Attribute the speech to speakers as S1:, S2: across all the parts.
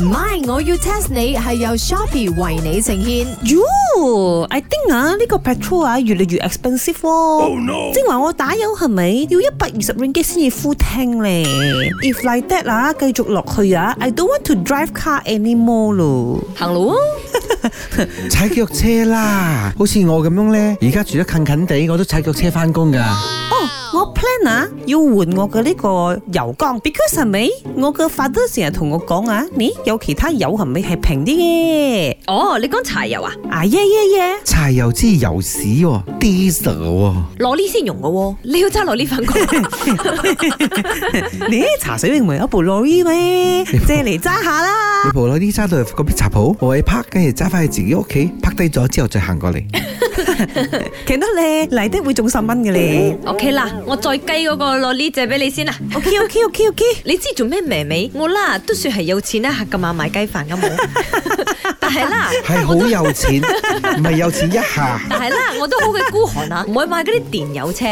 S1: 唔係，我要 test 你係由 Shopee 為你呈現。
S2: Yo，I think 啊，呢個 petrol 啊越嚟越 expensive 喎。正話我打油係咪要一百二十 ringgit 先至 full tank 咧？If like that 啊，繼續落去啊，I don't want to drive car anymore 咯。
S1: 行路啊！
S3: 踩腳車啦，好似我咁樣呢，而家住得近近地，我都踩腳車翻工㗎。
S2: 我 plan 啊，要換我嘅呢個油缸，because 係咪我嘅 father 成日同我講啊，你有其他油係咪係平啲嘅？
S4: 哦，你講柴油啊？
S2: 啊耶耶耶！
S3: 柴油之油屎喎，diesel 喎，
S4: 攞呢先用嘅喎，你要揸攞呢份工。啊
S2: 你茶水明咪有部 lorry 咩？借嚟揸下
S3: 你
S2: 啦。
S3: 部攞啲揸到去嗰邊茶鋪，我喺 park，跟住揸翻去自己屋企，park 低咗之後再行過嚟。
S2: 其得咧嚟得會中十蚊嘅咧。
S4: OK 啦，我再雞嗰個攞呢借俾你先啦。
S2: OK OK OK OK。
S4: 你知做咩咩味？我啦都算係有錢啦，咁晚買雞飯嘅冇。 但係啦，
S3: 係好有錢，唔係有錢一下。
S4: 但係啦，我都好嘅孤寒啊，唔會買嗰啲電油 車，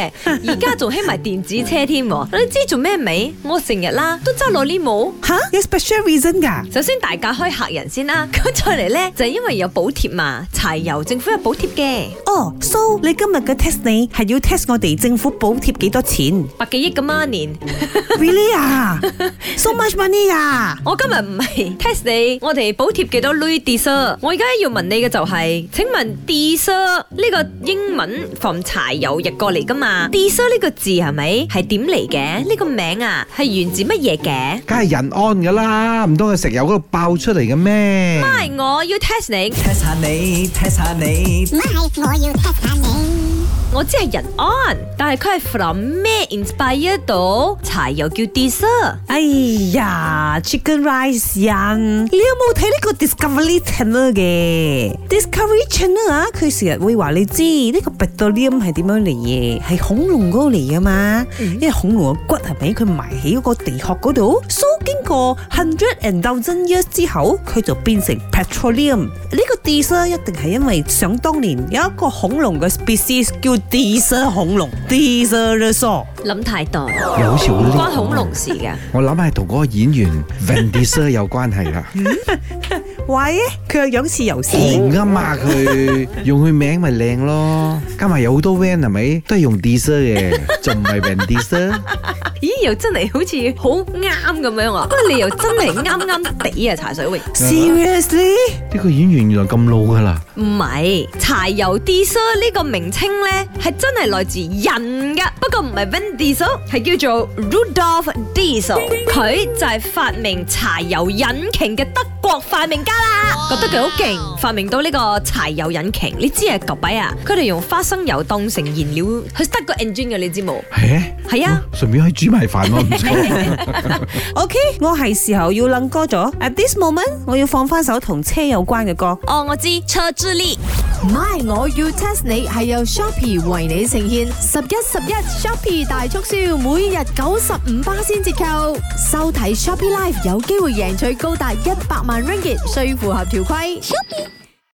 S4: 而家仲興埋電子車添喎。你知做咩味？我成日啦都揸攞呢冇。
S2: 吓，有 special reason 噶？
S4: 首先大家開客人先啦， 咁再嚟呢，就係因為有補貼嘛，柴油政府有補貼嘅，
S2: 哦，so 你今日嘅 test 你係要 test 我哋政府補貼幾多錢
S4: 百幾億咁啊一年。
S2: ？Really 啊？So much money 啊？
S4: 我今日唔係 test 你，我哋補貼幾多 Louis d i s 我而家要問你嘅就係、請問 d i s 呢個英文 from 柴油譯過嚟噶嘛 d i s 呢個字係咪係點嚟嘅？呢、個名啊係源自乜嘢嘅？
S3: 梗係人安噶啦，唔通佢食油嗰度爆出嚟嘅咩？
S4: 係我要 test 你，
S5: test 下你，test 下你
S6: 唔係，我要 test 下你。
S4: 我知係人安，但係佢係 from 咩 inspire 到柴油叫 d i s
S2: 哎呀，Chicken Rice 人，你有冇睇呢個 Discovery Channel 嘅？Discovery Channel ah, 啊，佢成日會話你知呢個 petroleum 係點樣嚟嘅，係恐龍嗰度嚟噶嘛？因為恐龍嘅骨係咪佢埋喺嗰個地殼嗰度，so 經過 hundred and thousand years 之後，佢就變成 petroleum。呢個 d i s 一定係因為想當年有一個恐龍嘅 species 叫 d i s 恐龍 d i s o s a u r
S4: 諗太多，
S3: 又好似好
S4: 唔
S3: 叻
S4: 關恐龍事嘅。
S3: 我諗係同嗰個演員 Van Diesel 有關係啦，
S2: 喂，佢嘅樣似油屎。
S3: 紅啊嘛 佢，用佢名咪靚咯，加埋有好多 van 係咪都係用 Diesel 嘅，就唔係 Van Diesel。
S4: 咦，又真係好似好啱咁樣啊！不過你又真係啱啱地啊，茶水榮。
S2: Seriously？
S3: 呢個演員原來咁老噶啦，
S4: 唔係柴油 diesel 呢個名稱呢，係真係來自人噶，不過唔係 Vin Diesel，係叫做 Rudolf Diesel，佢就係發明柴油引擎嘅德國發明家啦。覺得佢好勁，發明到呢個柴油引擎。你知啊，舊擺啊，佢哋用花生油當成燃料去得個 engine 嘅，你知冇？
S3: 係哦
S4: 係啊，
S3: 順便可以煮埋飯喎，唔 錯。
S2: OK，我係時候要諗歌咗。At this moment，我要放翻首同車有關嘅歌。
S4: 哦，我知車之力。
S1: 唔係，我要 test 你係由 Shopee 為你呈現。十一十一 Shopee 大促銷，每日九十五巴先折扣。收睇 Shopee Live 有機會贏取高達一百萬 Ringgit，需符合條規。
S6: Shopee